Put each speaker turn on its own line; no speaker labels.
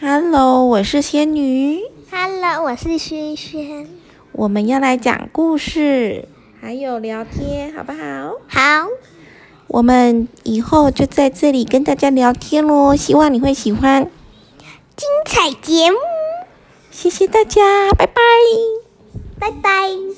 Hello，我是仙女，
Hello，我是轩轩。
我们要来讲故事，还有聊天，好不好？
好，
我们以后就在这里跟大家聊天喽，希望你会喜欢。
精彩节目，
谢谢大家，拜拜。
拜拜。